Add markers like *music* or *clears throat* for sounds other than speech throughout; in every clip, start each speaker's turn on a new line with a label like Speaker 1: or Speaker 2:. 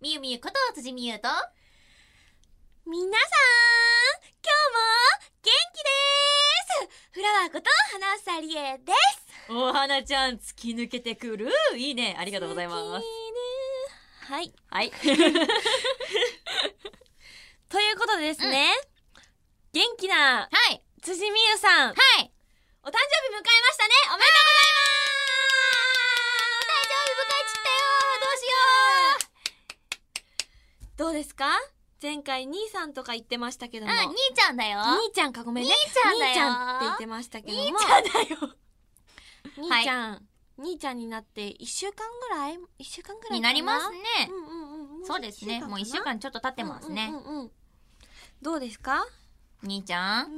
Speaker 1: 美優こと辻美優と
Speaker 2: 皆さん、今日も元気ですフラワーこと花さりえです
Speaker 1: お花ちゃん突き抜けてくるいいねありがとうございます
Speaker 2: す。はい。 *laughs*
Speaker 1: はい
Speaker 2: ということでですね、元気な
Speaker 1: はい
Speaker 2: 辻美優さ
Speaker 1: は
Speaker 2: ん、
Speaker 1: い
Speaker 2: お誕生日迎えましたねおめでとうございますどうですか前回兄さんとか言ってましたけども、
Speaker 1: あ兄ちゃんだよ
Speaker 2: 兄ちゃんかごめんね。
Speaker 1: 兄ちゃんだよ
Speaker 2: 兄ちゃんって言ってましたけど
Speaker 1: だ
Speaker 2: も。
Speaker 1: よ
Speaker 2: 兄ちゃん。兄ちゃんになって一週間ぐらい一週間ぐらいかな
Speaker 1: になりますね
Speaker 2: うんうんうん。も
Speaker 1: そうですねもう一週
Speaker 2: かな
Speaker 1: 間ちょっと経ってますね、
Speaker 2: うんうんうんどうですか
Speaker 1: 兄ちゃん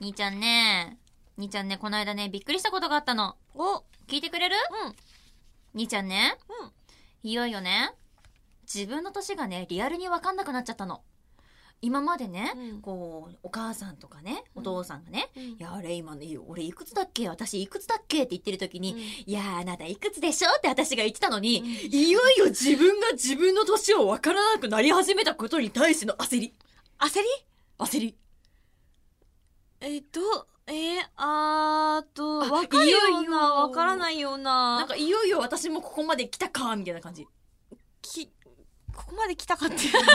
Speaker 1: 兄ちゃんね兄ちゃんねこの間ねびっくりしたことがあったの
Speaker 2: お、
Speaker 1: 聞いてくれる
Speaker 2: うん
Speaker 1: 兄ちゃんね
Speaker 2: うん
Speaker 1: いよいよね自分の年がねリアルに分かんなくなっちゃったの今までね、
Speaker 2: うん
Speaker 1: こうお母さんとかね
Speaker 2: う
Speaker 1: お
Speaker 2: ん
Speaker 1: 父さんがね「
Speaker 2: うん
Speaker 1: いやあれ今ね俺いくつだっけ私いくつだっけ?」って言ってる時に「いやーあなたいくつでしょ?」って私が言ってたのに、
Speaker 2: うん
Speaker 1: いよいよ自分が自分の年を分からなくなり始めたことに対しての焦り
Speaker 2: 焦り
Speaker 1: 焦り
Speaker 2: えっと、えー、あーっと、
Speaker 1: あ
Speaker 2: わかるよ
Speaker 1: いうよい
Speaker 2: な、
Speaker 1: よ
Speaker 2: わからないような。
Speaker 1: なんかいよいよ私もここまで来たかみたいな感じ
Speaker 2: き、ここまで来たかって。
Speaker 1: *laughs*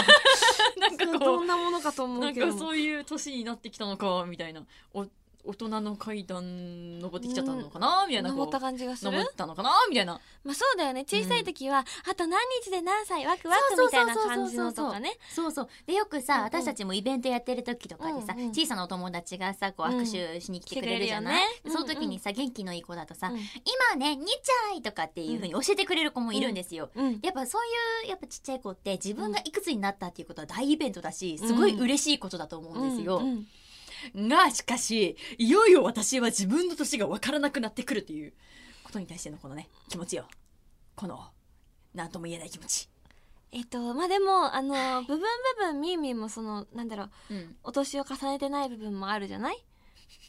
Speaker 1: なんかこ
Speaker 2: ど
Speaker 1: うん
Speaker 2: なものかと思
Speaker 1: な
Speaker 2: うんけど
Speaker 1: か
Speaker 2: も。
Speaker 1: そういう年になってきたのかみたいなお大人の階段登ってきちゃったのかなみたいなこう
Speaker 2: 登った感じがする
Speaker 1: 登ったのかなみたいな
Speaker 2: まあそうだよね小さい時は、あと何日で何歳ワクワク
Speaker 1: そうそ
Speaker 2: みた
Speaker 1: うそう
Speaker 2: いな
Speaker 1: そう
Speaker 2: 感じのとかね
Speaker 1: そうそうでよく
Speaker 2: うん
Speaker 1: さ
Speaker 2: うん
Speaker 1: 私たちもイベントやってる時とかでさ
Speaker 2: うんうん
Speaker 1: 小さなお友達がさこう
Speaker 2: うん
Speaker 1: 握手しに来てくれるじゃ
Speaker 2: 来
Speaker 1: ない
Speaker 2: てくれるよね
Speaker 1: その時にさ元気のいい子だとさ
Speaker 2: うん
Speaker 1: 「今ね2歳」とかっていうふうに教えてくれる子もいるんですよ。
Speaker 2: うん
Speaker 1: やっぱそういうやっぱちっちゃい子って自分がいくつになったっていうことは大イベントだしすごい嬉しいことだと思うんですよ。
Speaker 2: うんうん
Speaker 1: が、しかし、いよいよ私は自分の年が分からなくなってくるということに対してのこのね、気持ちよ。この、なんとも言えない気持ち。
Speaker 2: えっとまあでもあの、部分部分みーみーもそのなんだろ
Speaker 1: う
Speaker 2: う
Speaker 1: ん。
Speaker 2: お年を重ねてない部分もあるじゃない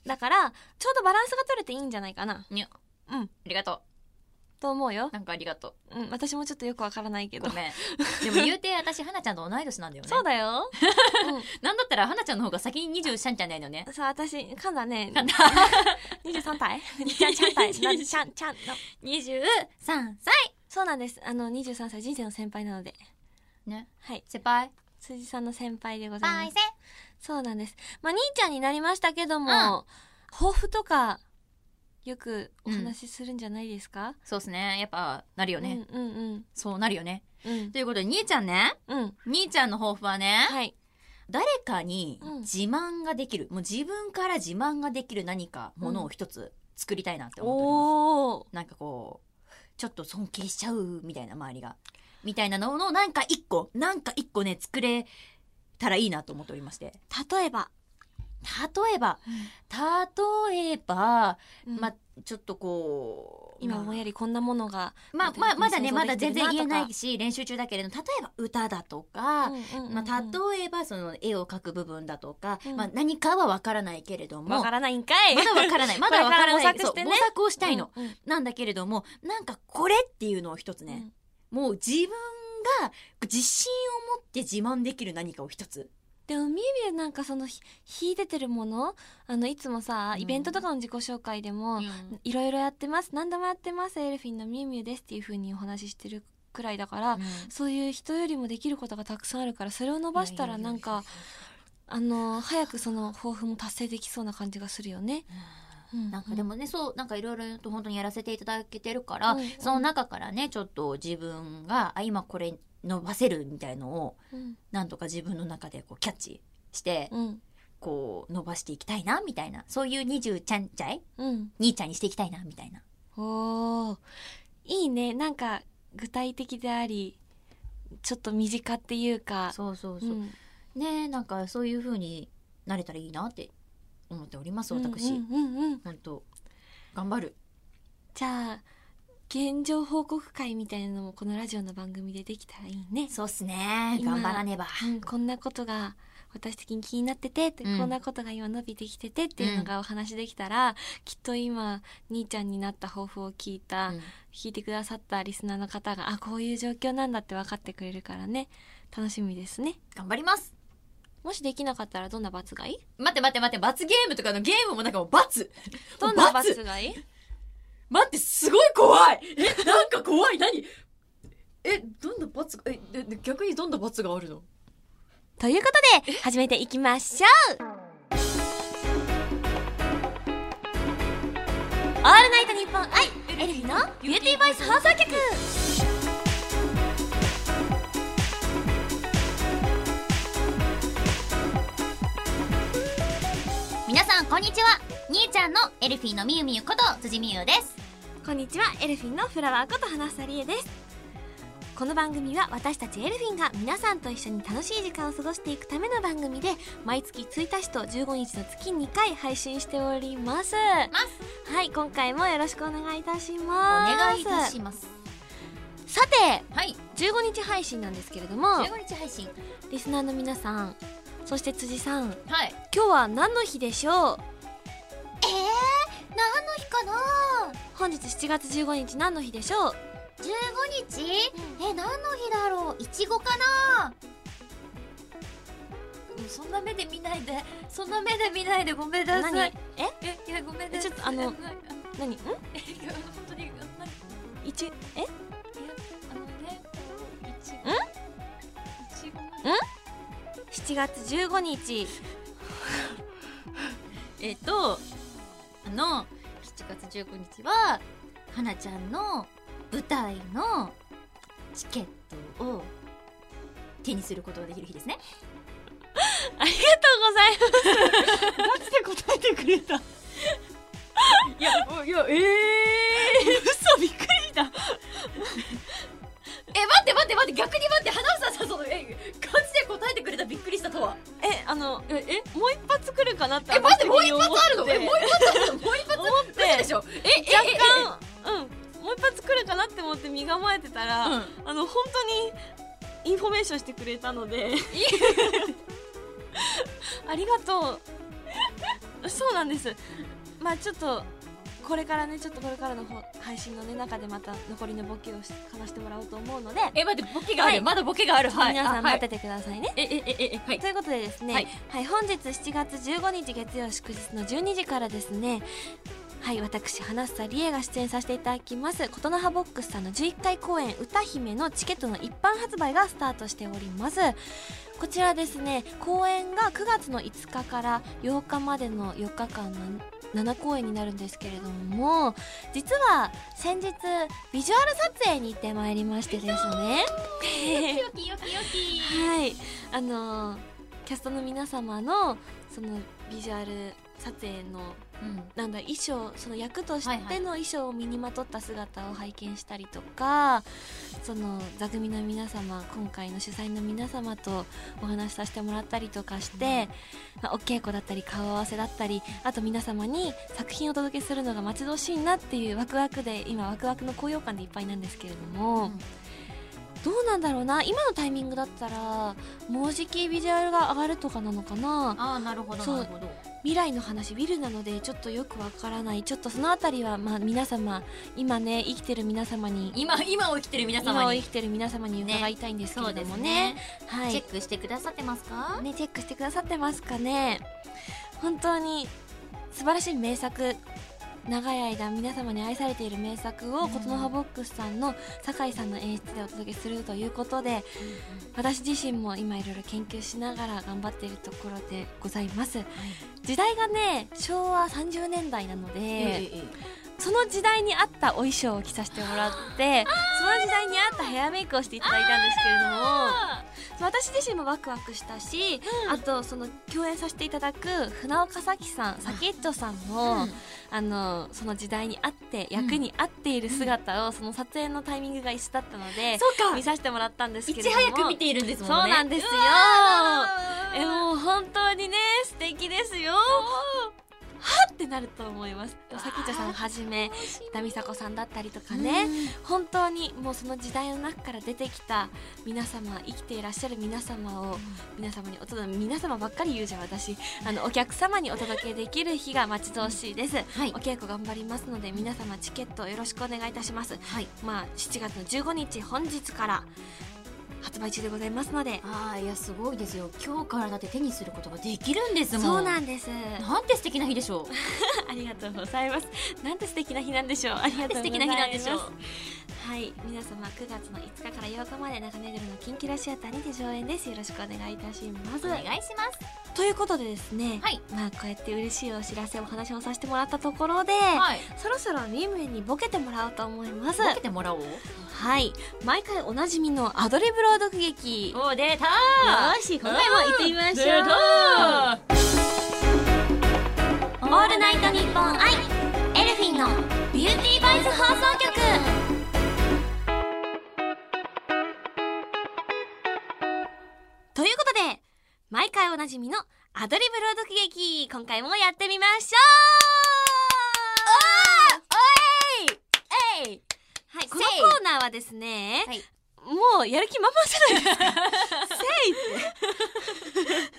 Speaker 2: だからちょうどバランスが取れていいんじゃないかな
Speaker 1: にゃ、
Speaker 2: うん
Speaker 1: ありがと
Speaker 2: と思うよ
Speaker 1: う。、なんかありがと
Speaker 2: うん、私もちょっとよくわからないけ
Speaker 1: う。
Speaker 2: ど
Speaker 1: ご *laughs* めん。でも言うて私、花ちゃんと同い年なんだよね。
Speaker 2: そうだよ、
Speaker 1: なんだったら花ちゃんの方が先に23じゃないのね
Speaker 2: う。ん、さあ私かんだね
Speaker 1: 神
Speaker 2: 23体 *laughs* ちゃんちゃん体なんちゃんちゃんの
Speaker 1: 23歳
Speaker 2: そうなんですあの23歳人生の先輩なので
Speaker 1: ね。
Speaker 2: はい
Speaker 1: 先輩。
Speaker 2: 辻さんの先輩でございま
Speaker 1: バ
Speaker 2: す
Speaker 1: イセ
Speaker 2: そうなんです。まあ、兄ちゃんになりましたけども、
Speaker 1: うん
Speaker 2: 抱負とか、よくお話しするんじゃないですか、
Speaker 1: そうっすね。やっぱ、なる
Speaker 2: う
Speaker 1: よ
Speaker 2: ん、
Speaker 1: ね。
Speaker 2: うんうん
Speaker 1: そうなるよね。
Speaker 2: うん。
Speaker 1: ということで、兄ちゃんね。
Speaker 2: うん。
Speaker 1: 兄ちゃんの抱負はね。
Speaker 2: はい。
Speaker 1: 誰かに
Speaker 2: うん
Speaker 1: 自慢ができる、もう自分から自慢ができる何かものを一つ作りたいなって思っております、
Speaker 2: おー。
Speaker 1: なんかこうちょっと尊敬しちゃうみたいな周りがみたいなののなんか一個なんか一個ね作れたらいいなと思っておりまして
Speaker 2: 例えば。
Speaker 1: 例えば例えば、
Speaker 2: うん
Speaker 1: まあちょっとこう
Speaker 2: 今
Speaker 1: ま
Speaker 2: ぼ
Speaker 1: あ
Speaker 2: んやりこんなものが。
Speaker 1: まあまあまだねま
Speaker 2: 想像
Speaker 1: だ
Speaker 2: できて
Speaker 1: 全
Speaker 2: るな
Speaker 1: 然言えな
Speaker 2: と
Speaker 1: いし練習中だけれども例えば歌だとか、
Speaker 2: かうんうんうん
Speaker 1: まあ、例えばその絵を描く部分だとか、
Speaker 2: うん
Speaker 1: まあ、何かは分からないけれども、
Speaker 2: わからないんかい。
Speaker 1: まだ分から
Speaker 2: *laughs*
Speaker 1: ないまだ分からない
Speaker 2: これから模索して
Speaker 1: そ
Speaker 2: ね
Speaker 1: う模索をしたいの、
Speaker 2: うんうん
Speaker 1: なんだけれどもなんかこれっていうのを一つね、もう自分が自信を持って自慢できる何かを一つ
Speaker 2: でもみゆみゆなんかそのひ引いててるものあのいつもさイベントとかの自己紹介でも、いろいろやってます何でもやってますエルフィンのみゆみゆですっていう風にお話ししてるくらいだから、そういう人よりもできることがたくさんあるからそれを伸ばしたらなんかあの早くその抱負も達成できそうな感じがするよね。うん
Speaker 1: なんかでもねそうなんかいろいろと本当にやらせていただけてるから、
Speaker 2: うん
Speaker 1: その中からねちょっと自分があ今これ伸ばせるみたいのを
Speaker 2: うん
Speaker 1: なんとか自分の中でこうキャッチして、
Speaker 2: うん
Speaker 1: こう伸ばしていきたいなみたいなそういう20ちゃんちゃい
Speaker 2: うん、
Speaker 1: 兄ちゃんにしていきたいなみたいな
Speaker 2: おーいいねなんか具体的でありちょっと身近っていうか
Speaker 1: そうそうそう、
Speaker 2: うん
Speaker 1: ねえなんかそういう風になれたらいいなって思っております
Speaker 2: う
Speaker 1: 私、
Speaker 2: んうんうんうん
Speaker 1: 本当頑張る
Speaker 2: じゃあ現状報告会みたいなのもこのラジオの番組でできたらいいね。
Speaker 1: そうっすね
Speaker 2: 今
Speaker 1: 頑張らねば
Speaker 2: うん、こんなことが私的に気になってて、って
Speaker 1: うん
Speaker 2: こんなことが今伸びてきててっていうのがお話できたら、きっと今兄ちゃんになった抱負を聞いた、
Speaker 1: うん
Speaker 2: 聞いてくださったリスナーの方があこういう状況なんだって分かってくれるからね楽しみですね
Speaker 1: 頑張ります
Speaker 2: もしできなかったらどんな罰がいい
Speaker 1: 待って待って待って罰ゲームとかのゲームもなんかもう罰
Speaker 2: どんな罰がいい
Speaker 1: 待ってすごい怖いえなんか怖い何えどんな罰がえでで逆にどんな罰があるの
Speaker 2: ということで始めていきましょうオールナイトニッポン愛エルフィのビューティーボイス放送局
Speaker 3: 皆さんこんにちは兄ちゃんのエルフィーのみゆみゆこと辻みゆです
Speaker 2: こんにちはエルフィンのフラワーこと花さりえですこの番組は私たちエルフィンが皆さんと一緒に楽しい時間を過ごしていくための番組で毎月1日と15日の月2回配信しております
Speaker 3: ます
Speaker 2: はい今回もよろしくお願いいたし
Speaker 3: お
Speaker 2: ます
Speaker 3: 願いいたします
Speaker 2: さて
Speaker 3: はい
Speaker 2: 15日配信なんですけれども
Speaker 3: 15日配信
Speaker 2: リスナーの皆さんそして辻さん
Speaker 3: はい
Speaker 2: 今日は何の日でしょう
Speaker 3: えー、何の日かな
Speaker 2: 本日7月15日何の日でしょう
Speaker 3: 15日え何の日だろういちごかな
Speaker 1: そんな目で見ないでそんな目で見ないでごめんな
Speaker 2: 何
Speaker 1: さ
Speaker 2: え
Speaker 1: いえいやごめんなさい
Speaker 2: ちょっとあの
Speaker 1: え
Speaker 2: 何ん
Speaker 1: いや本当になんか
Speaker 2: いちえ
Speaker 1: いやあのねいち
Speaker 2: ん
Speaker 1: いちご
Speaker 2: 7月15日
Speaker 3: えっとあの7月15日は花ちゃんの舞台のチケットを手にすることができる日ですね
Speaker 2: ありがと
Speaker 1: マジで答えてくれたいやいやええ嘘びっくりしたえ待って待って待って逆に待って花房さんそのえ感じで答えてくれたびっくりしたとは
Speaker 2: うございますえあのええもう一発来るかなって
Speaker 1: え待ってもう一発あるのえ
Speaker 2: え
Speaker 1: もう
Speaker 2: も
Speaker 1: 一
Speaker 2: う
Speaker 1: 発あるのもう一発
Speaker 2: 思って
Speaker 1: 嘘でしょえええ
Speaker 2: 若干うんもう一発来るかなって思って身構えてたら、
Speaker 1: うん
Speaker 2: あの本当にインフォメーションしてくれたのでありがとうそうなんですまあちょっとこれからねちょっとこれからのほ配信の、ね、中でまた残りのボケをしかましてもらおうと思うので、
Speaker 1: え待ってボケがある、
Speaker 2: はい
Speaker 1: まだボケがあるはい
Speaker 2: 皆さ
Speaker 1: あ
Speaker 2: ん
Speaker 1: は
Speaker 2: 待
Speaker 1: い
Speaker 2: っててくださいね、
Speaker 1: えええええはい
Speaker 2: ということでですね、
Speaker 1: は
Speaker 2: はいい、本日7月15日月曜祝日の12時からですね、はい、私、花房理恵が出演させていただきます、琴の葉ボックスさんの11回公演、歌姫のチケットの一般発売がスタートしております。こちらですね、公演が9月の5日から8日までの4日間の7公演になるんですけれども、実は先日、ビジュアル撮影に行ってまいりましてですね。
Speaker 3: よきよきよき
Speaker 2: はい、あのーキャストの皆様のそのビジュアル撮影の
Speaker 3: うん
Speaker 2: なんだ衣装その役とし
Speaker 3: はいはい
Speaker 2: ての衣装を身にまとった姿を拝見したりとか、その座組の皆様今回の主催の皆様とお話しさせてもらったりとかして、まあ、お稽古だったり顔合わせだったりあと皆様に作品をお届けするのが待ち遠しいなっていうワクワクで今ワクワクの高揚感でいっぱいなんですけれども、
Speaker 3: うん
Speaker 2: どうなんだろうな今のタイミングだったらもうじきビジュアルが上がるとかなのかな
Speaker 3: ああなるほど
Speaker 2: そう
Speaker 3: なるほど
Speaker 2: 未来の話ウィルなのでちょっとよくわからないちょっとそのあたりはまあ皆様今ね生きてる皆様に
Speaker 3: 今今を生きてる皆
Speaker 2: 今
Speaker 3: 様
Speaker 2: を
Speaker 3: に
Speaker 2: 生きてる皆様に伺いたいんですけれどもねはい
Speaker 3: チェックしてくださってますか
Speaker 2: ねチェックしてくださってますかね本当に素晴らしい名作長い間皆様に愛されている名作
Speaker 3: う
Speaker 2: を
Speaker 3: ん
Speaker 2: 琴ノ葉ボックスさんの酒井さんの演出でお届けするということで私自身も今いろいろ研究しながら頑張っているところでございます時代がね昭和30年代なので、
Speaker 1: え
Speaker 2: その時代に合ったお衣装を着させてもらってその時代に合ったヘアメイクをしていただいたんですけれども私自身もワクワクしたし、あとその共演させていただく船岡咲さんサキッチョさんの,、あのその時代に合って役に合っている姿をその撮影のタイミングが一緒だったので、
Speaker 1: そうか
Speaker 2: 見させてもらったんです
Speaker 3: い
Speaker 2: けれど
Speaker 3: ち
Speaker 2: も
Speaker 3: 早く見ているんですもんね
Speaker 2: そうなんですよ
Speaker 3: うわー
Speaker 2: えもう本当にね素敵ですよはっってなると思いますさきちゃさんをはじめ田美佐子さんだったりとかね、本当にもうその時代の中から出てきた皆様生きていらっしゃる皆様を、皆様にお届け皆様ばっかり言うじゃん私あのお客様にお届けできる日が待ち遠しいです、
Speaker 3: はい
Speaker 2: お稽古頑張りますので皆様チケットよろしくお願いいたします
Speaker 3: はい
Speaker 2: まあ7月の15日本日から発売中でございますので
Speaker 1: ああいやすごいですよ今日からだって手にすることができるんですもん
Speaker 2: そうなんんです
Speaker 1: なんて素敵な日でしょう
Speaker 2: *laughs* ありがとうございますなんて素敵な日なんでしょうありがとうございます
Speaker 1: 素敵な日なんでしょう
Speaker 2: はい皆様9月の5日から8日まで中目黒のキンキラシアターにて上演ですよろしくお願いいたしま
Speaker 1: ますずお願いします
Speaker 2: ということでですね、
Speaker 1: はい
Speaker 2: まあこうやって嬉しいお知らせお話をさせてもらったところで、
Speaker 1: はい
Speaker 2: そろそろみゆみゆにボケてもらおうと思います
Speaker 1: 分けてもらおう
Speaker 2: はい毎回おなじみのアドリブ朗読劇よ
Speaker 1: お出た
Speaker 2: ーし今回も行ってみましょう
Speaker 1: オールナイトニッポンアイエルフィンのビューティーバイス放送局
Speaker 2: ということで毎回おなじみのアドリブ朗読劇今回もやってみまし
Speaker 1: えい
Speaker 2: ょうは
Speaker 1: せ
Speaker 2: いこ
Speaker 1: い
Speaker 2: のコーナーはですね、
Speaker 1: はい
Speaker 2: もうやる気満々じゃない
Speaker 1: *laughs*
Speaker 2: ですかせいって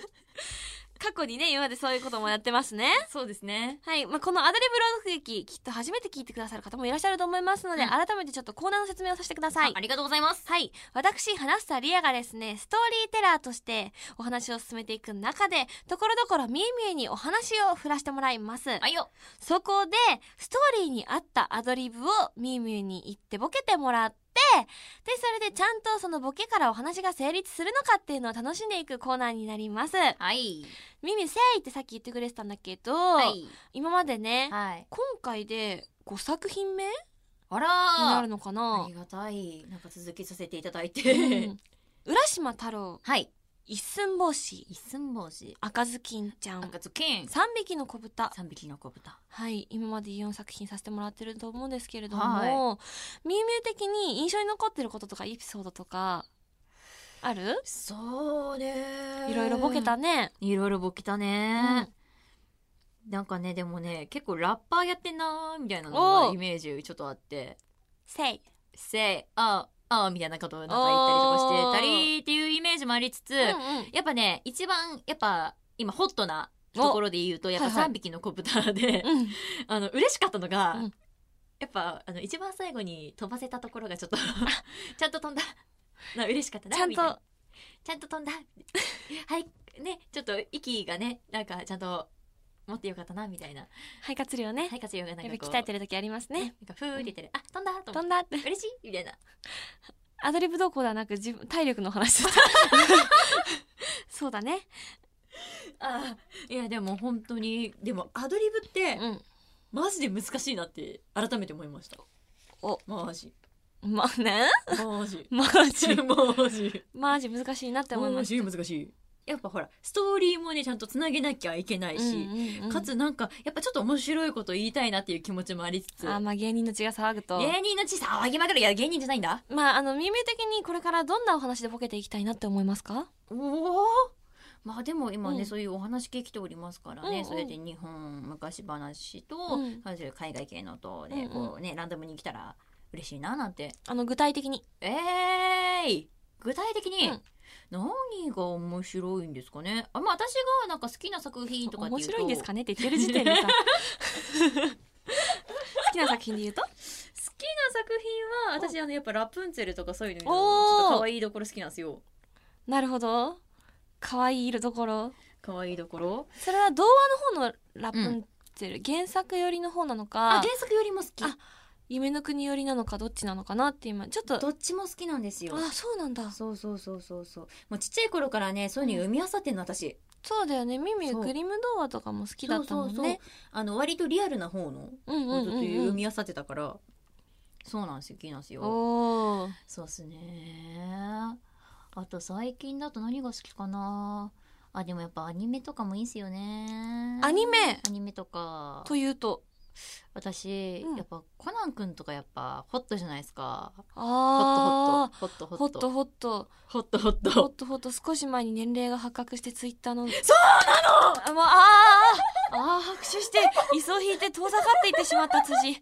Speaker 2: 過去にね今までそういうこともやってますね
Speaker 1: そうですね
Speaker 2: はい、まあ、このアドリブ朗読劇きっと初めて聞いてくださる方もいらっしゃると思いますので、
Speaker 1: うん
Speaker 2: 改めてちょっとコーナーの説明をさせてください
Speaker 1: ありがとうございます
Speaker 2: はい。私、花房リアがですね、ストーリーテラーとしてお話を進めていく中で、ところどころみえみえにお話を振らせてもらいます。
Speaker 1: はいよ
Speaker 2: そこで、ストーリーに合ったアドリブをみえみえに言ってボケてもらって、で、それでちゃんとそのボケからお話が成立するのかっていうのを楽しんでいくコーナーになります。
Speaker 1: はい
Speaker 2: みみせいってさっき言ってくれてたんだけど、
Speaker 1: はい
Speaker 2: 今までね、
Speaker 1: はい
Speaker 2: 今回で5作品目に
Speaker 1: あ
Speaker 2: な
Speaker 1: ら
Speaker 2: る
Speaker 1: ー
Speaker 2: のか
Speaker 1: あ
Speaker 2: な
Speaker 1: り、がたいなんか続けさせていただいうて
Speaker 2: ん、浦島太郎、
Speaker 1: *laughs* はい
Speaker 2: 一寸法師、
Speaker 1: 一寸法師
Speaker 2: 赤ずきんちゃん
Speaker 1: 赤ずきん
Speaker 2: 三匹の子豚
Speaker 1: 三匹の子豚
Speaker 2: はい今まで4作品させてもらってると思うんですけれども、
Speaker 1: はい
Speaker 2: みゆみゆ的に印象に残ってることとかエピソードとかある
Speaker 1: そうね
Speaker 2: いろいろボケたね、
Speaker 1: いろいろボケたね、なんかねでもね結構ラッパーやってんなーみたいなのが
Speaker 2: おう
Speaker 1: イメージちょっとあって
Speaker 2: せい、
Speaker 1: 「せいあああみたいなことをなんか言ったりとかしてたりっていうイメージもありつつ、
Speaker 2: うん
Speaker 1: や
Speaker 2: うん
Speaker 1: っぱね一番やっぱ今ホットなところで言うとやっぱ
Speaker 2: はいはい
Speaker 1: 3匹の子豚で、
Speaker 2: うん、
Speaker 1: あの嬉しかったのが、
Speaker 2: うん
Speaker 1: やっぱあの一番最後に飛ばせたところがちょっ
Speaker 2: *laughs*
Speaker 1: とちゃんと飛んだな嬉しかったな
Speaker 2: ちゃん
Speaker 1: みたいな
Speaker 2: と
Speaker 1: ちゃんと飛んだはいねちょっと息がねなんかちゃんと持ってよかったなみたいな
Speaker 2: 肺活量ね、
Speaker 1: 肺活量がなんか
Speaker 2: やっぱ
Speaker 1: こう
Speaker 2: 鍛えてる時ありますね
Speaker 1: なんかふーって言ってる、あ飛んだと思
Speaker 2: 飛
Speaker 1: っ
Speaker 2: んだって
Speaker 1: て嬉しいみたいな
Speaker 2: アドリブ動向ではなく自分体力の話 *laughs* だったそうだね
Speaker 1: あーいやでも本当にでもアドリブって
Speaker 2: うん
Speaker 1: マジで難しいなって改めて思いました
Speaker 2: お
Speaker 1: マジ
Speaker 2: まあね
Speaker 1: マジ
Speaker 2: マ
Speaker 1: *laughs*
Speaker 2: ジ
Speaker 1: マジ
Speaker 2: マジ難しいなって思いました
Speaker 1: 難しい難しいやっぱほらストーリーもねちゃんとつなげなきゃいけないし、
Speaker 2: うんうんうん
Speaker 1: かつなんかやっぱちょっと面白いこと言いたいなっていう気持ちもありつつ
Speaker 2: あーまあ芸人の血が騒ぐと、
Speaker 1: 芸人の血騒ぎまくるいや芸人じゃないんだ
Speaker 2: まああの耳的にこれからどんなお話でボケていきたいなって思いますか
Speaker 1: おおまあでも今ね、
Speaker 2: うん
Speaker 1: そういうお話聞きておりますからね、
Speaker 2: うんうん
Speaker 1: それで日本昔話と、
Speaker 2: うん
Speaker 1: そういう海外系のと
Speaker 2: うんう
Speaker 1: で
Speaker 2: ん
Speaker 1: こうね、ランダムに来たら嬉しいななんて
Speaker 2: あの具体的に
Speaker 1: えーい具体的に、
Speaker 2: うん
Speaker 1: 何が面白いんですかねあまあ私がなんか好きな作品とかっていう
Speaker 2: 面
Speaker 1: と
Speaker 2: 白いんですかねって言ってる時点で *laughs* さ好きな作品で言うと
Speaker 1: 好きな作品は私あのやっぱラプンツェルとかそういうのち
Speaker 2: おー
Speaker 1: ょっと可愛いところ好きなんですよ
Speaker 2: なるほど可愛い色どころ
Speaker 1: 可愛いところ
Speaker 2: それは童話の方のラプンツェル、原作寄りの方なのか
Speaker 1: 作よりも好き
Speaker 2: あ夢の国寄りなのかどっちなのかなって今ちょっと
Speaker 1: どっちも好きなんですよ
Speaker 2: あそうなんだ
Speaker 1: そうそうそうそうそうもうちっちゃい頃からねそういうの読み漁ってんの私
Speaker 2: そうだよねミミ
Speaker 1: そう
Speaker 2: グリム童話とかも好きだったもん
Speaker 1: そうそうそう
Speaker 2: ね
Speaker 1: あの割とリアルな方の
Speaker 2: うんうん
Speaker 1: をずっと
Speaker 2: うんう
Speaker 1: 読
Speaker 2: ん
Speaker 1: み漁ってたから、そうなんですよ好きなんですよ
Speaker 2: おお
Speaker 1: そうっすねあと最近だと何が好きかなあでもやっぱアニメとかもいいっすよね
Speaker 2: アニメ
Speaker 1: アニメとか
Speaker 2: というと
Speaker 1: 私、
Speaker 2: うん
Speaker 1: やっぱコナン君とかやっぱホットじゃないですかホ
Speaker 2: あ
Speaker 1: ッ
Speaker 2: あ
Speaker 1: トホット
Speaker 2: ホ
Speaker 1: ホ
Speaker 2: ッ
Speaker 1: ッ
Speaker 2: ト
Speaker 1: ト
Speaker 2: ホット
Speaker 1: ホットホット
Speaker 2: ホ
Speaker 1: ホット
Speaker 2: ットホット少し前に年齢が発覚してツイッターのそう
Speaker 1: な
Speaker 2: なのあもうあーあーあー拍手して磯を引いて遠ざかっていってしまった辻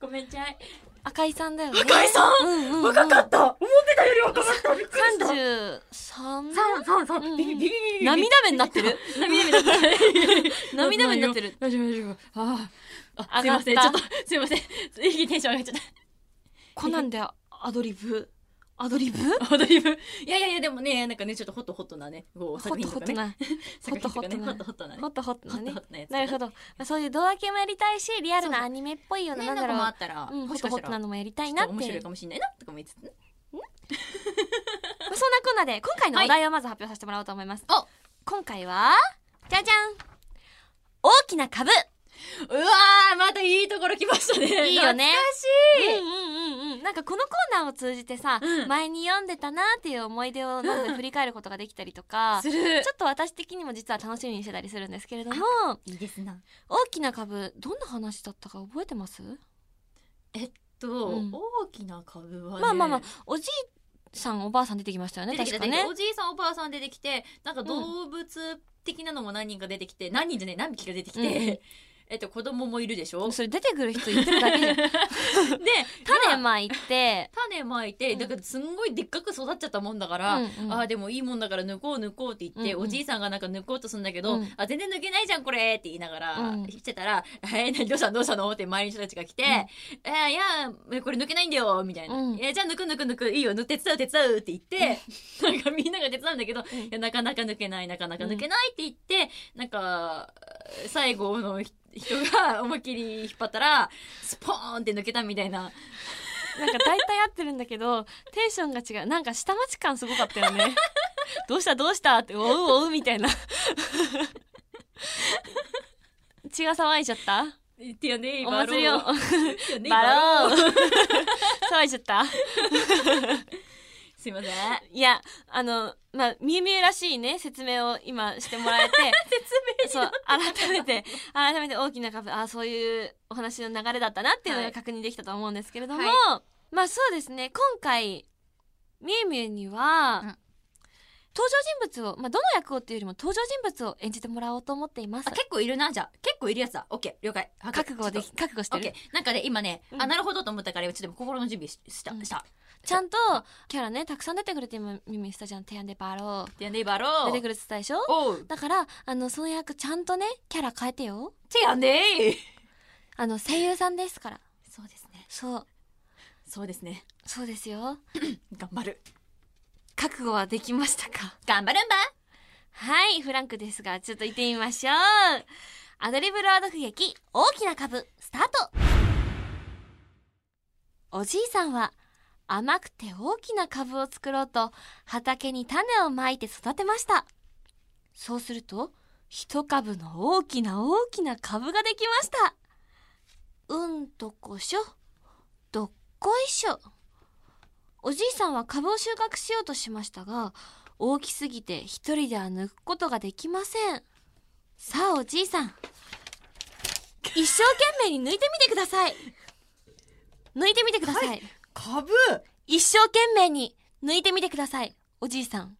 Speaker 1: ごめんちゃい
Speaker 2: 赤井さんだよね
Speaker 1: 赤井さん
Speaker 2: うんうん、うん、
Speaker 1: 若かった思ってたより若かったびっくりした
Speaker 2: 33
Speaker 1: 三三三
Speaker 2: うんうん
Speaker 1: ビビビビビビビ
Speaker 2: 涙目になってる
Speaker 1: 涙目だ *laughs* った
Speaker 2: 涙目になってる
Speaker 1: 大丈夫大丈夫あーあすい
Speaker 2: 上が
Speaker 1: ま
Speaker 2: っ
Speaker 4: *laughs*
Speaker 2: た
Speaker 1: せんちょっとすいません一気にテンション上がっちゃっ
Speaker 2: コナンでアドリブアドリブ
Speaker 4: アドリブいやいやいやでもねなんかねちょっとホットホットなねこう
Speaker 2: ホ
Speaker 4: 作
Speaker 2: ッ
Speaker 4: 品
Speaker 2: ト
Speaker 4: とか
Speaker 2: ホット
Speaker 4: ね
Speaker 2: な
Speaker 4: 作品とかね
Speaker 2: ホ
Speaker 4: ホ
Speaker 2: ッ
Speaker 4: ット
Speaker 2: ト
Speaker 4: ホットなね
Speaker 2: ホットホット
Speaker 4: ホ
Speaker 2: な
Speaker 4: ッ
Speaker 2: ね
Speaker 4: トホットなやつ
Speaker 2: なるほど、まあ、そういうドア系もやりたいしリアルなアニメっぽいような,、
Speaker 1: ね
Speaker 2: なんだ
Speaker 1: なんかもあ
Speaker 2: ろ
Speaker 1: ったら、
Speaker 2: う、うん、ホ
Speaker 1: も
Speaker 2: ッ
Speaker 1: しか
Speaker 2: トホ
Speaker 1: し
Speaker 2: ッ
Speaker 1: た
Speaker 2: ト
Speaker 1: ら
Speaker 2: な
Speaker 1: ちょ
Speaker 2: のもやりたい
Speaker 4: ちょ
Speaker 2: な
Speaker 4: っ
Speaker 2: っ
Speaker 4: と
Speaker 2: て
Speaker 4: 面白いかもしれないなとかも言ってね
Speaker 2: まあ、そんなこんなで今回のお題をまず発表させてもらおうと思います、
Speaker 1: お
Speaker 2: 今回はじゃじゃん大きな株
Speaker 4: うわーまたいいところ来ましたね
Speaker 2: いいよね
Speaker 4: 懐かしい、
Speaker 2: うんうんうんうんなんかこのコーナーを通じてさ、
Speaker 4: うん
Speaker 2: 前に読んでたなっていう思い出をなんか振り返ることができたりとか、
Speaker 4: する
Speaker 2: ちょっと私的にも実は楽しみにしてたりするんですけれども
Speaker 1: いいですな
Speaker 2: 大きな株どんな話だったか覚えてます
Speaker 4: と、
Speaker 2: うん
Speaker 4: 大きな株はね
Speaker 2: まあまあまあおじいさんおばあさん出てきましたよね
Speaker 1: 出てき
Speaker 2: 確
Speaker 1: た
Speaker 2: か
Speaker 1: 出てき
Speaker 2: ね
Speaker 1: たおじいさんおばあさん出てきてなんか動物的なのも何人か出てきて、何人じゃねえ何匹か出てきて、
Speaker 2: うん
Speaker 1: *laughs* えっと子供もいるでしょで
Speaker 2: *laughs* それ出てくる人言ってるだけ
Speaker 1: *laughs*
Speaker 2: *laughs* じゃん種
Speaker 1: まあ
Speaker 2: まいて、
Speaker 1: 種まいて
Speaker 2: うん
Speaker 1: だからすんごいでっかく育っちゃったもんだか
Speaker 2: う
Speaker 1: ら、
Speaker 2: んうん
Speaker 1: あーでもいいもんだから抜こう抜こうって言って、
Speaker 2: うんう
Speaker 1: お
Speaker 2: ん
Speaker 1: じいさんがなんか抜こうとするんだけど、
Speaker 2: うん
Speaker 1: あ全然抜けないじゃんこれって言いながら、
Speaker 2: うん
Speaker 1: 言ってたら *laughs* 「えー、どうしたのどうしたの?」って周りの人たちが来て「
Speaker 2: うん
Speaker 1: えーいやこれ抜けないんだよ」みたいな「
Speaker 2: うん
Speaker 1: いやじゃあ抜く抜く抜くいいよ抜手伝う手伝う」って言って *laughs* なんかみんなが手伝うんだけど、いやなかなか抜けないなかなか抜けないって言って、なんか最後の人が思いっきり引っ張ったらスポーンって抜けたみたいな。
Speaker 2: なんか大体合ってるんだけど、テンションが違う。なんか下町感すごかったよ *laughs* ね。どうしたどうしたって、おうおうみたいな。血が騒いじゃった
Speaker 1: 言ってよね
Speaker 2: お祭りを
Speaker 1: バロ。ーね
Speaker 2: *laughs* バ
Speaker 1: バロ
Speaker 2: ロ
Speaker 1: ー
Speaker 2: ー *laughs* 騒いじゃった
Speaker 1: *laughs* すいません
Speaker 2: いや、あの、まあ、みゆみゆらしいね、説明を今してもらえて。説 *laughs* *laughs* 明そう、改めて、改めて大きな株、あそういうお話の流れだったなっていうの
Speaker 1: は
Speaker 2: が
Speaker 1: い
Speaker 2: 確認できたと思うんですけれども、
Speaker 1: はい
Speaker 2: まあそうですね、今回、みゆみゆには、
Speaker 1: うん
Speaker 2: 登場人物を、まあ、どの役をっていうよりも登場人物を演じてもらおうと思っています
Speaker 1: あ。結構いるなじゃあ結構いるやつだオッケー了解あ
Speaker 2: 覚悟はで
Speaker 1: ち
Speaker 2: き、
Speaker 1: ょっ
Speaker 2: 覚悟し
Speaker 1: と
Speaker 2: て
Speaker 1: オッケ
Speaker 2: る。
Speaker 1: ーなんかね今ね、
Speaker 2: うん
Speaker 1: あなるほどと思ったからちょっとでも心の準備しした
Speaker 2: うん
Speaker 1: した、
Speaker 2: ちゃんと、キャラね、たくさん出てくるって今、みゆみゆしたじゃん、提案でバロ
Speaker 1: でやんねばろ
Speaker 2: ー。
Speaker 1: う
Speaker 2: 出てくるって言ったでしょ
Speaker 1: おう
Speaker 2: だから、あの、その役ちゃんとね、キャラ変えてよ。
Speaker 1: てやんねー
Speaker 2: あの声優さんですから
Speaker 1: そうですね
Speaker 2: そう
Speaker 4: そうですね
Speaker 2: そうですよ
Speaker 4: 頑張る
Speaker 2: 覚悟はできましたか
Speaker 1: 頑張るんば
Speaker 2: はいフランクですがちょっと行ってみましょうアドリブ朗読劇大きな株スタートおじいさんは甘くて大きな株を作ろうと畑に種をまいて育てましたそうすると一株の大きな大きな株ができましたうんとこしょどっこいしょおじいさんは株を収穫しようとしましたが大きすぎて一人では抜くことができませんさあおじいさん一生懸命に抜いてみてください抜いてみてください、
Speaker 4: 株
Speaker 2: 一生懸命に抜いてみてくださいおじいさん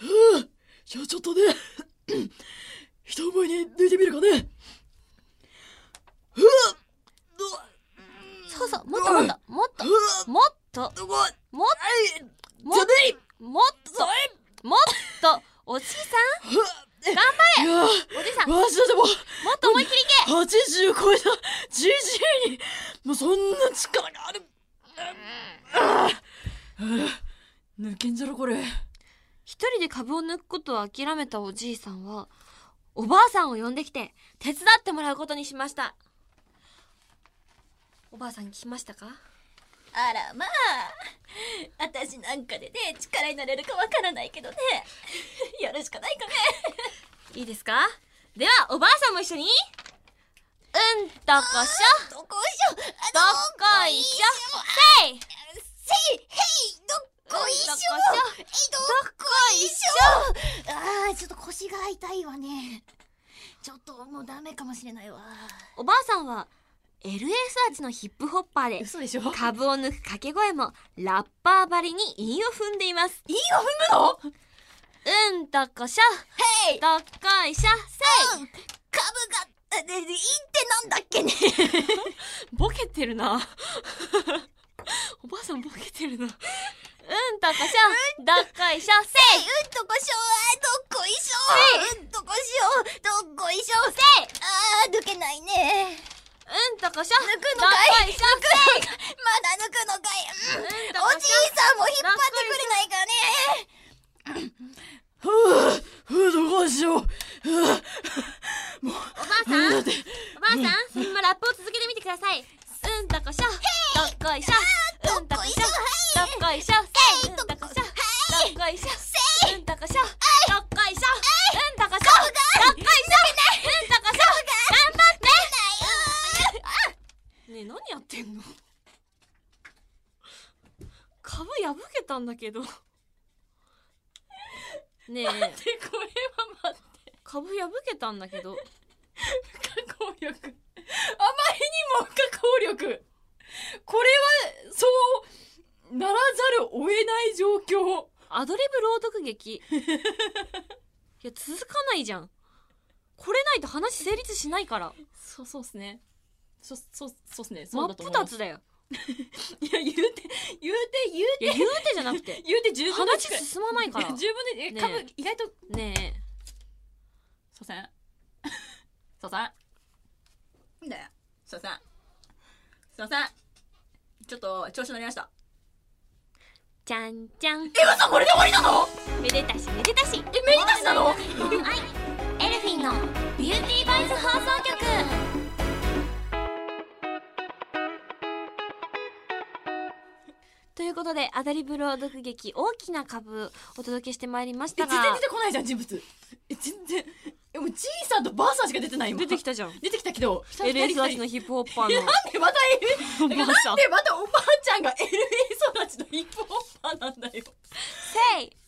Speaker 4: いやちょっとね *clears throat* 一思いに抜いてみるかねうわ
Speaker 2: そうそうもっともっともっともっと
Speaker 4: うわうわ
Speaker 2: もっ
Speaker 4: はい
Speaker 2: ともっともっともっとおじいさん頑張れ
Speaker 4: いや
Speaker 2: おじいさんも
Speaker 4: マジだでも
Speaker 2: っと思いっきりいけ
Speaker 4: 80超えたじじいにもうそんな力があるあーあー抜けんじゃろこれ
Speaker 2: 一人で株を抜くことを諦めたおじいさんはおばあさんを呼んできて手伝ってもらうことにしましたおばあさん聞きましたか
Speaker 1: あらまあ私なんかでね力になれるかわからないけどねやるしかないかね
Speaker 2: いいですかではおばあさんも一緒にうんとこしょ
Speaker 1: どこいしょ
Speaker 2: どっこいしょせい
Speaker 1: せいへいどっこいしょ
Speaker 2: どっこ
Speaker 1: えいどっ
Speaker 2: こ
Speaker 1: いしょあーちょっと腰が痛いわねちょっともうダメかもしれないわ
Speaker 2: おばあさんは LA サーチのヒップホッパーで
Speaker 4: 嘘でしょ
Speaker 2: *laughs* 株を抜く掛け声もラッパーばりに韻を踏んでいます
Speaker 4: いいよ踏むの
Speaker 2: うんとこしょ
Speaker 1: へい
Speaker 2: どっこいしょせい
Speaker 1: 株がえ、いいってなんだっけね
Speaker 2: ボケてるな。 *laughs* おばあさんボケてるな。うんとこしょ、どっこいしょ、せい
Speaker 1: うんとこしょあーどっこいしょうんとこしょどっこいしょ
Speaker 2: せい
Speaker 1: あー抜けないね
Speaker 2: うんとこしょ、
Speaker 1: 抜く
Speaker 2: ど
Speaker 1: の
Speaker 2: っ
Speaker 1: か
Speaker 2: こいしょ、せい
Speaker 1: まだ抜くのかい、うん
Speaker 2: うんと
Speaker 1: お
Speaker 2: こ
Speaker 3: おじいさんも引っ張って
Speaker 1: ふぅ、ふぅ、どうし *laughs* よう。ふぅ、
Speaker 2: おばあさんおばあさんそのままラップを続けてみてくださいうんとこしょどっこいしょうんとこしょどっこいしょうんとこしょどっこいしょうんとこしょどっこいしょうんとこしょどっこいしょうんとこしょ頑張ってねえ何やってんの株破けたんだけどねえ
Speaker 1: で、これはま
Speaker 2: 株破けたんだけど
Speaker 1: た加工 *laughs* 力。あまりにも加工力。これは、そう、ならざるを得ない状況。
Speaker 2: アドリブ朗読劇いや続かないじゃんこれないと話成立しないから
Speaker 1: そう、そうっすね。そう、そう、そうっすね。そ
Speaker 2: 真
Speaker 1: うだ
Speaker 2: っ
Speaker 1: と思い
Speaker 2: 二
Speaker 1: ます。
Speaker 2: つだよ
Speaker 1: いや、言うて、言うて、言う
Speaker 2: いや言うてじゃなくて
Speaker 1: *laughs* て、言うて十分の
Speaker 2: 話
Speaker 1: 一くらい。
Speaker 2: 進まないか
Speaker 1: *laughs*
Speaker 2: ら
Speaker 1: いや十分で、え、
Speaker 2: ねえ
Speaker 1: 株、意外と、
Speaker 2: ね
Speaker 1: そうさん。そうさん。だよ。そうさん。そうさん。ちょっと、調子乗りました。
Speaker 2: えじゃんじゃん
Speaker 1: え、嘘これで終わりなの
Speaker 2: めでたしめでたし
Speaker 1: え、メリタスなの
Speaker 3: くれないかねエルフィンのビューティーバイス放送局
Speaker 2: ということでアドリブ朗読劇大きな株お届けしてまいりまし
Speaker 1: え
Speaker 2: た
Speaker 1: 全然
Speaker 2: が
Speaker 1: 出てこないじゃん人物え全然えもうじいさんとばあさんしか出てない今
Speaker 2: 出てき
Speaker 1: た
Speaker 2: た *laughs* じゃん
Speaker 1: 出てきたけど二人
Speaker 2: LS
Speaker 1: 二
Speaker 2: 味
Speaker 1: 人
Speaker 2: の
Speaker 1: 二人
Speaker 2: ヒップホッパ
Speaker 1: えなん
Speaker 2: ー
Speaker 1: でまた
Speaker 2: *laughs*
Speaker 1: LA
Speaker 2: のおばあさん
Speaker 1: なんでまたおばあちゃんが LA 育ちのヒップホッパーなんだよ
Speaker 2: せい *laughs*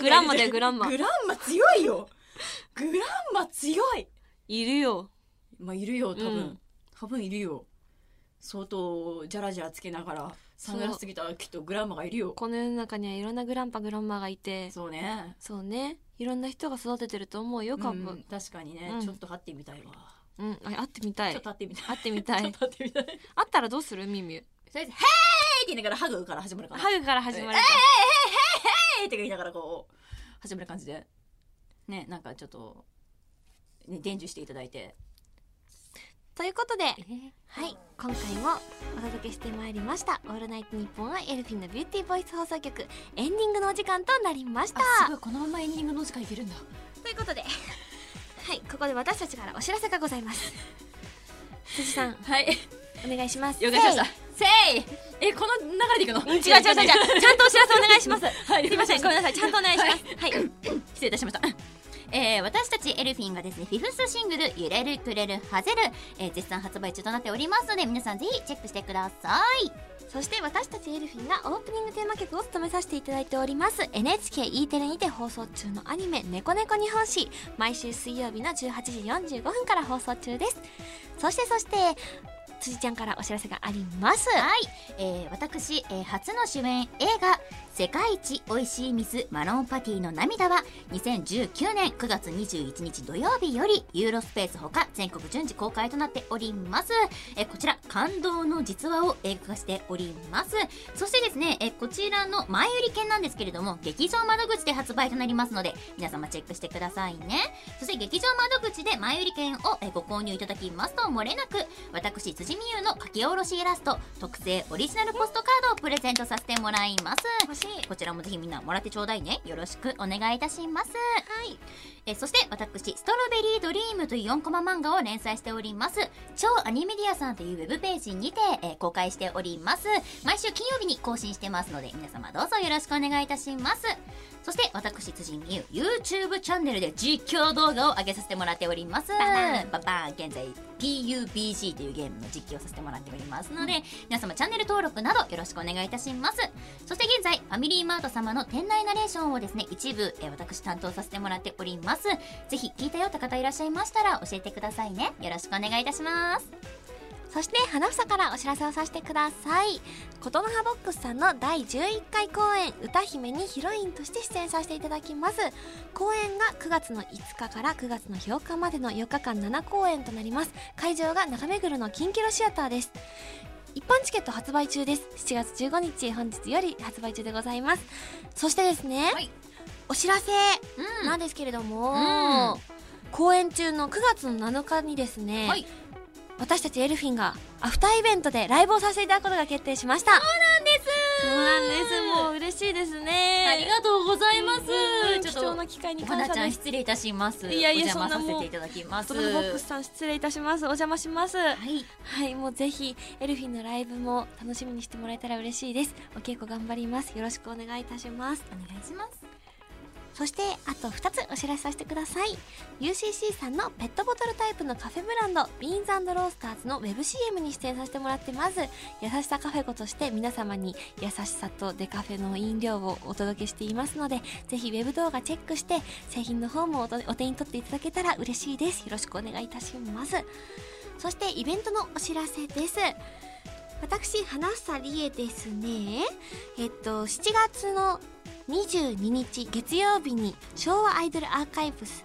Speaker 2: グランマだよグランマ
Speaker 1: グランマ強いよグランマ強い
Speaker 2: いるよ
Speaker 1: まあいるよ多分、
Speaker 2: うん
Speaker 1: 多分いるよ相当ジャラジャラつけながらサングラスつけたらきっとグランマがいるよ
Speaker 2: この世の中にはいろんなグランパグランマがいて
Speaker 1: そうね
Speaker 2: そうねいろんな人が育ててると思うよ株、
Speaker 1: うん確かにね、
Speaker 2: うん
Speaker 1: ちょっと張ってみたいわ、
Speaker 2: うん、あ会ってみたい
Speaker 1: ちょっと張ってみたい
Speaker 2: 会ってみたい
Speaker 1: ちょ
Speaker 2: 会
Speaker 1: っと張ってみたい
Speaker 2: ったらどうするミミュ
Speaker 1: とりあえず「へーい!」って言いながらハグから始まるかな「へ
Speaker 2: ハグから始まる
Speaker 1: ーい!」って言いながらこう始まる感じでねなんかちょっと、ね、伝授していただいて
Speaker 2: ということで、はい、今回もお届けしてまいりました「オールナイトニッポン」はエルフィンのビューティーボイス放送局エンディングのお時間となりました
Speaker 1: あすごいこのままエンディングの時間いけるんだ
Speaker 2: ということで *laughs* はいここで私たちからお知らせがございます辻さん
Speaker 1: はい
Speaker 2: お願いします
Speaker 1: 了解しましたせいえこの流れでいくの
Speaker 2: せい違う違う違う違 *laughs* うちゃんとお知らせお願いします
Speaker 1: *laughs* はい
Speaker 2: すいませんごめんなさいちゃんとお願いしますはい、
Speaker 3: 失礼いたしました。えー私たちエルフィンがですね、フィフスシングル、揺れる、くれる、はぜる、えー絶賛発売中となっておりますので、皆さんぜひチェックしてください。
Speaker 2: そして私たちエルフィンがオープニングテーマ曲を務めさせていただいております NHKE テレにて放送中のアニメ「猫猫日本史」毎週水曜日の18時45分から放送中ですそしてそして辻ちゃんからお知らせがあります
Speaker 3: はい、えー私、えー初の主演映画「世界一おいしい水マロンパティの涙」は2019年9月21日土曜日よりユーロスペースほか全国順次公開となっております、えーこちら感動の実話を映画化しておりますそしてですね、えーこちらの前売り券なんですけれども劇場窓口で発売となりますので皆様チェックしてくださいねそして劇場窓口で前売り券をえーご購入いただきますと漏れなく私辻美優の書き下ろしイラスト特製オリジナルポストカードをプレゼントさせてもらいます
Speaker 2: 欲しい
Speaker 3: こちらもぜひみんなもらってちょうだいねよろしくお願いいたしますはいえそして私ストロベリードリームという4コマ漫画を連載しております超アニメディアさんというウェブページにて、えー公開しております毎週金曜日に更新してますので皆様どうぞよろしくお願いいたしますそして私辻美優 YouTube チャンネルで実況動画を上げさせてもらっております
Speaker 2: バン
Speaker 3: ババン現在 PUBG というゲームの実況をさせてもらっておりますので皆様チャンネル登録などよろしくお願いいたしますそして現在ファミリーマート様の店内ナレーションをですね一部、えー私担当させてもらっておりますぜひ聞いたよって方いらっしゃいましたら教えてくださいねよろしくお願いいたします
Speaker 2: そして花房からお知らせをさせてください琴の葉ボックスさんの第11回公演歌姫にヒロインとして出演させていただきます公演が9月の5日から9月の8日までの4日間7公演となります会場が中目黒のキンキロシアターです一般チケット発売中です7月15日本日より発売中でございますそしてですね、
Speaker 3: はい
Speaker 2: お知らせ
Speaker 3: うん
Speaker 2: なんですけれども、公演中の9月の7日にですね、
Speaker 3: はい
Speaker 2: 私たちエルフィンがアフターイベントでライブをさせていただくことが決定しましたそうなんですそうなんですもう嬉しいですね
Speaker 3: ありがとうございます。
Speaker 2: うん
Speaker 3: ちょ
Speaker 2: 貴
Speaker 3: っと
Speaker 2: 重な機会に
Speaker 3: お花
Speaker 2: 感謝
Speaker 3: ちゃん
Speaker 2: です
Speaker 3: 失礼いたします。
Speaker 2: いやいや
Speaker 3: お邪魔
Speaker 2: そ
Speaker 3: さ
Speaker 2: んなも
Speaker 3: せ
Speaker 2: う
Speaker 3: ていただきます。
Speaker 2: ドラフォックスさん失礼いたしますお邪魔します
Speaker 3: はい。
Speaker 2: はいもうぜひエルフィンのライブも楽しみにしてもらえたら嬉しいですお稽古頑張りますよろしくお願いいたします
Speaker 3: お願いします。
Speaker 2: そしてあと2つお知らせさせてください UCC さんのペットボトルタイプのカフェブランドビーンズロースターズの WebCM に出演させてもらってます優しさカフェコとして皆様に優しさとデカフェの飲料をお届けしていますのでぜひウェブ動画チェックして製品の方もおとお手に取っていただけたら嬉しいですよろしくお願いいたしますそしてイベントのお知らせです私花房理恵ですねえっと7月の22日月曜日に昭和アイドルアーカイブス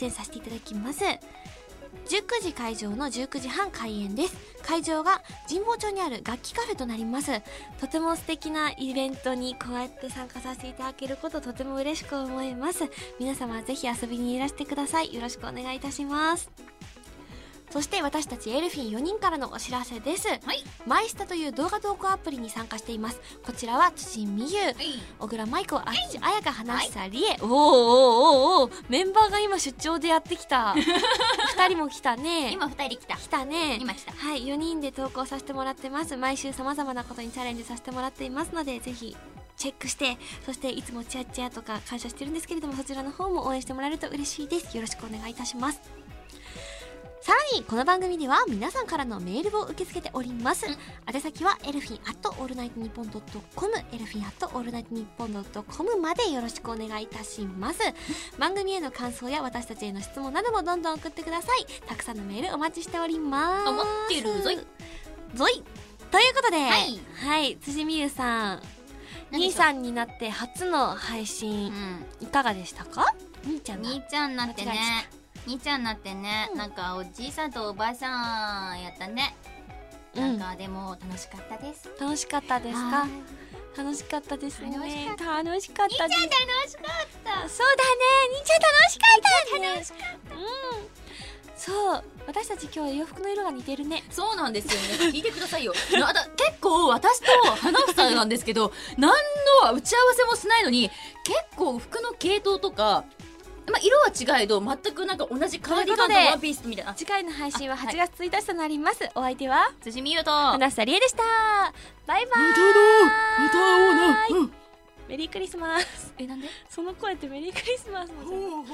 Speaker 2: 出演させていただきます19時会場の19時半開演です会場が神保町にある楽器カフェとなりますとても素敵なイベントにこうやって参加させていただけることとても嬉しく思います皆様ぜひ遊びにいらしてくださいよろしくお願いいたしますそして私たちエルフィン4人からのお知らせです、
Speaker 3: はい
Speaker 2: マイスタという動画投稿アプリに参加していますこちらは辻美優
Speaker 3: はい。
Speaker 2: 小倉舞子、あっち、あやか、花さ、りえ。おーおーおーおーメンバーが今出張でやってき
Speaker 3: *laughs*
Speaker 2: た。二人も来たね。
Speaker 3: 今二人来た。
Speaker 2: 来たね。
Speaker 3: 今来た。
Speaker 2: はい、4人で投稿させてもらってます。毎週様々なことにチャレンジさせてもらっていますので、ぜひチェックして、そしていつもチャッチャとか感謝してるんですけれども、そちらの方も応援してもらえると嬉しいです。よろしくお願いいたします。さらに、この番組では皆さんからのメールを受け付けております。宛先は、エルフィンアットオールナイトニッポンドットコム、エルフィンアットオールナイトニッポンドットコムまでよろしくお願いいたします。番組への感想や私たちへの質問などもどんどん送ってくださいたくさんのメールお待ちしております
Speaker 3: あ待ってるぞい、
Speaker 2: ぞいということではいはい、辻美優さん兄
Speaker 3: ん。
Speaker 2: さんになって初の配
Speaker 3: う
Speaker 2: 信
Speaker 3: ん。
Speaker 2: いかがでしたか兄ちゃんの
Speaker 3: 兄ちゃんになってね
Speaker 2: 間違
Speaker 3: 兄ちゃんになってね、
Speaker 2: うん
Speaker 3: なんかおじいさんとおばあさんやったね、
Speaker 2: うん
Speaker 3: なんかでも楽しかったです
Speaker 2: 楽しかったです
Speaker 3: あ
Speaker 2: か
Speaker 3: ー
Speaker 2: 楽しかったですね
Speaker 3: 楽しか
Speaker 2: 楽しかっ
Speaker 3: っ
Speaker 2: たです
Speaker 3: 楽しかっ
Speaker 2: そうだね兄ちゃん楽しかったね楽しかったうんそう私たち今日洋服の色が似てるね
Speaker 1: たそうなんですよね聞いてくださいよなだ結構私と花房なんですけど *laughs* 何の打ち合わせもしないのに結構服の系統とか、まあ、色は違えど全くなんか同じカーディガンとワンピースみたいな
Speaker 2: 次回の配信は
Speaker 3: あはい
Speaker 2: 8月1日となります、お相手は
Speaker 3: 辻美優と
Speaker 2: 花さりえでしたバイバ
Speaker 3: *laughs*
Speaker 2: イ
Speaker 1: うな
Speaker 2: メリークリスマス
Speaker 3: えなんで
Speaker 2: その声ってメリークリスマスのじゃない
Speaker 1: うん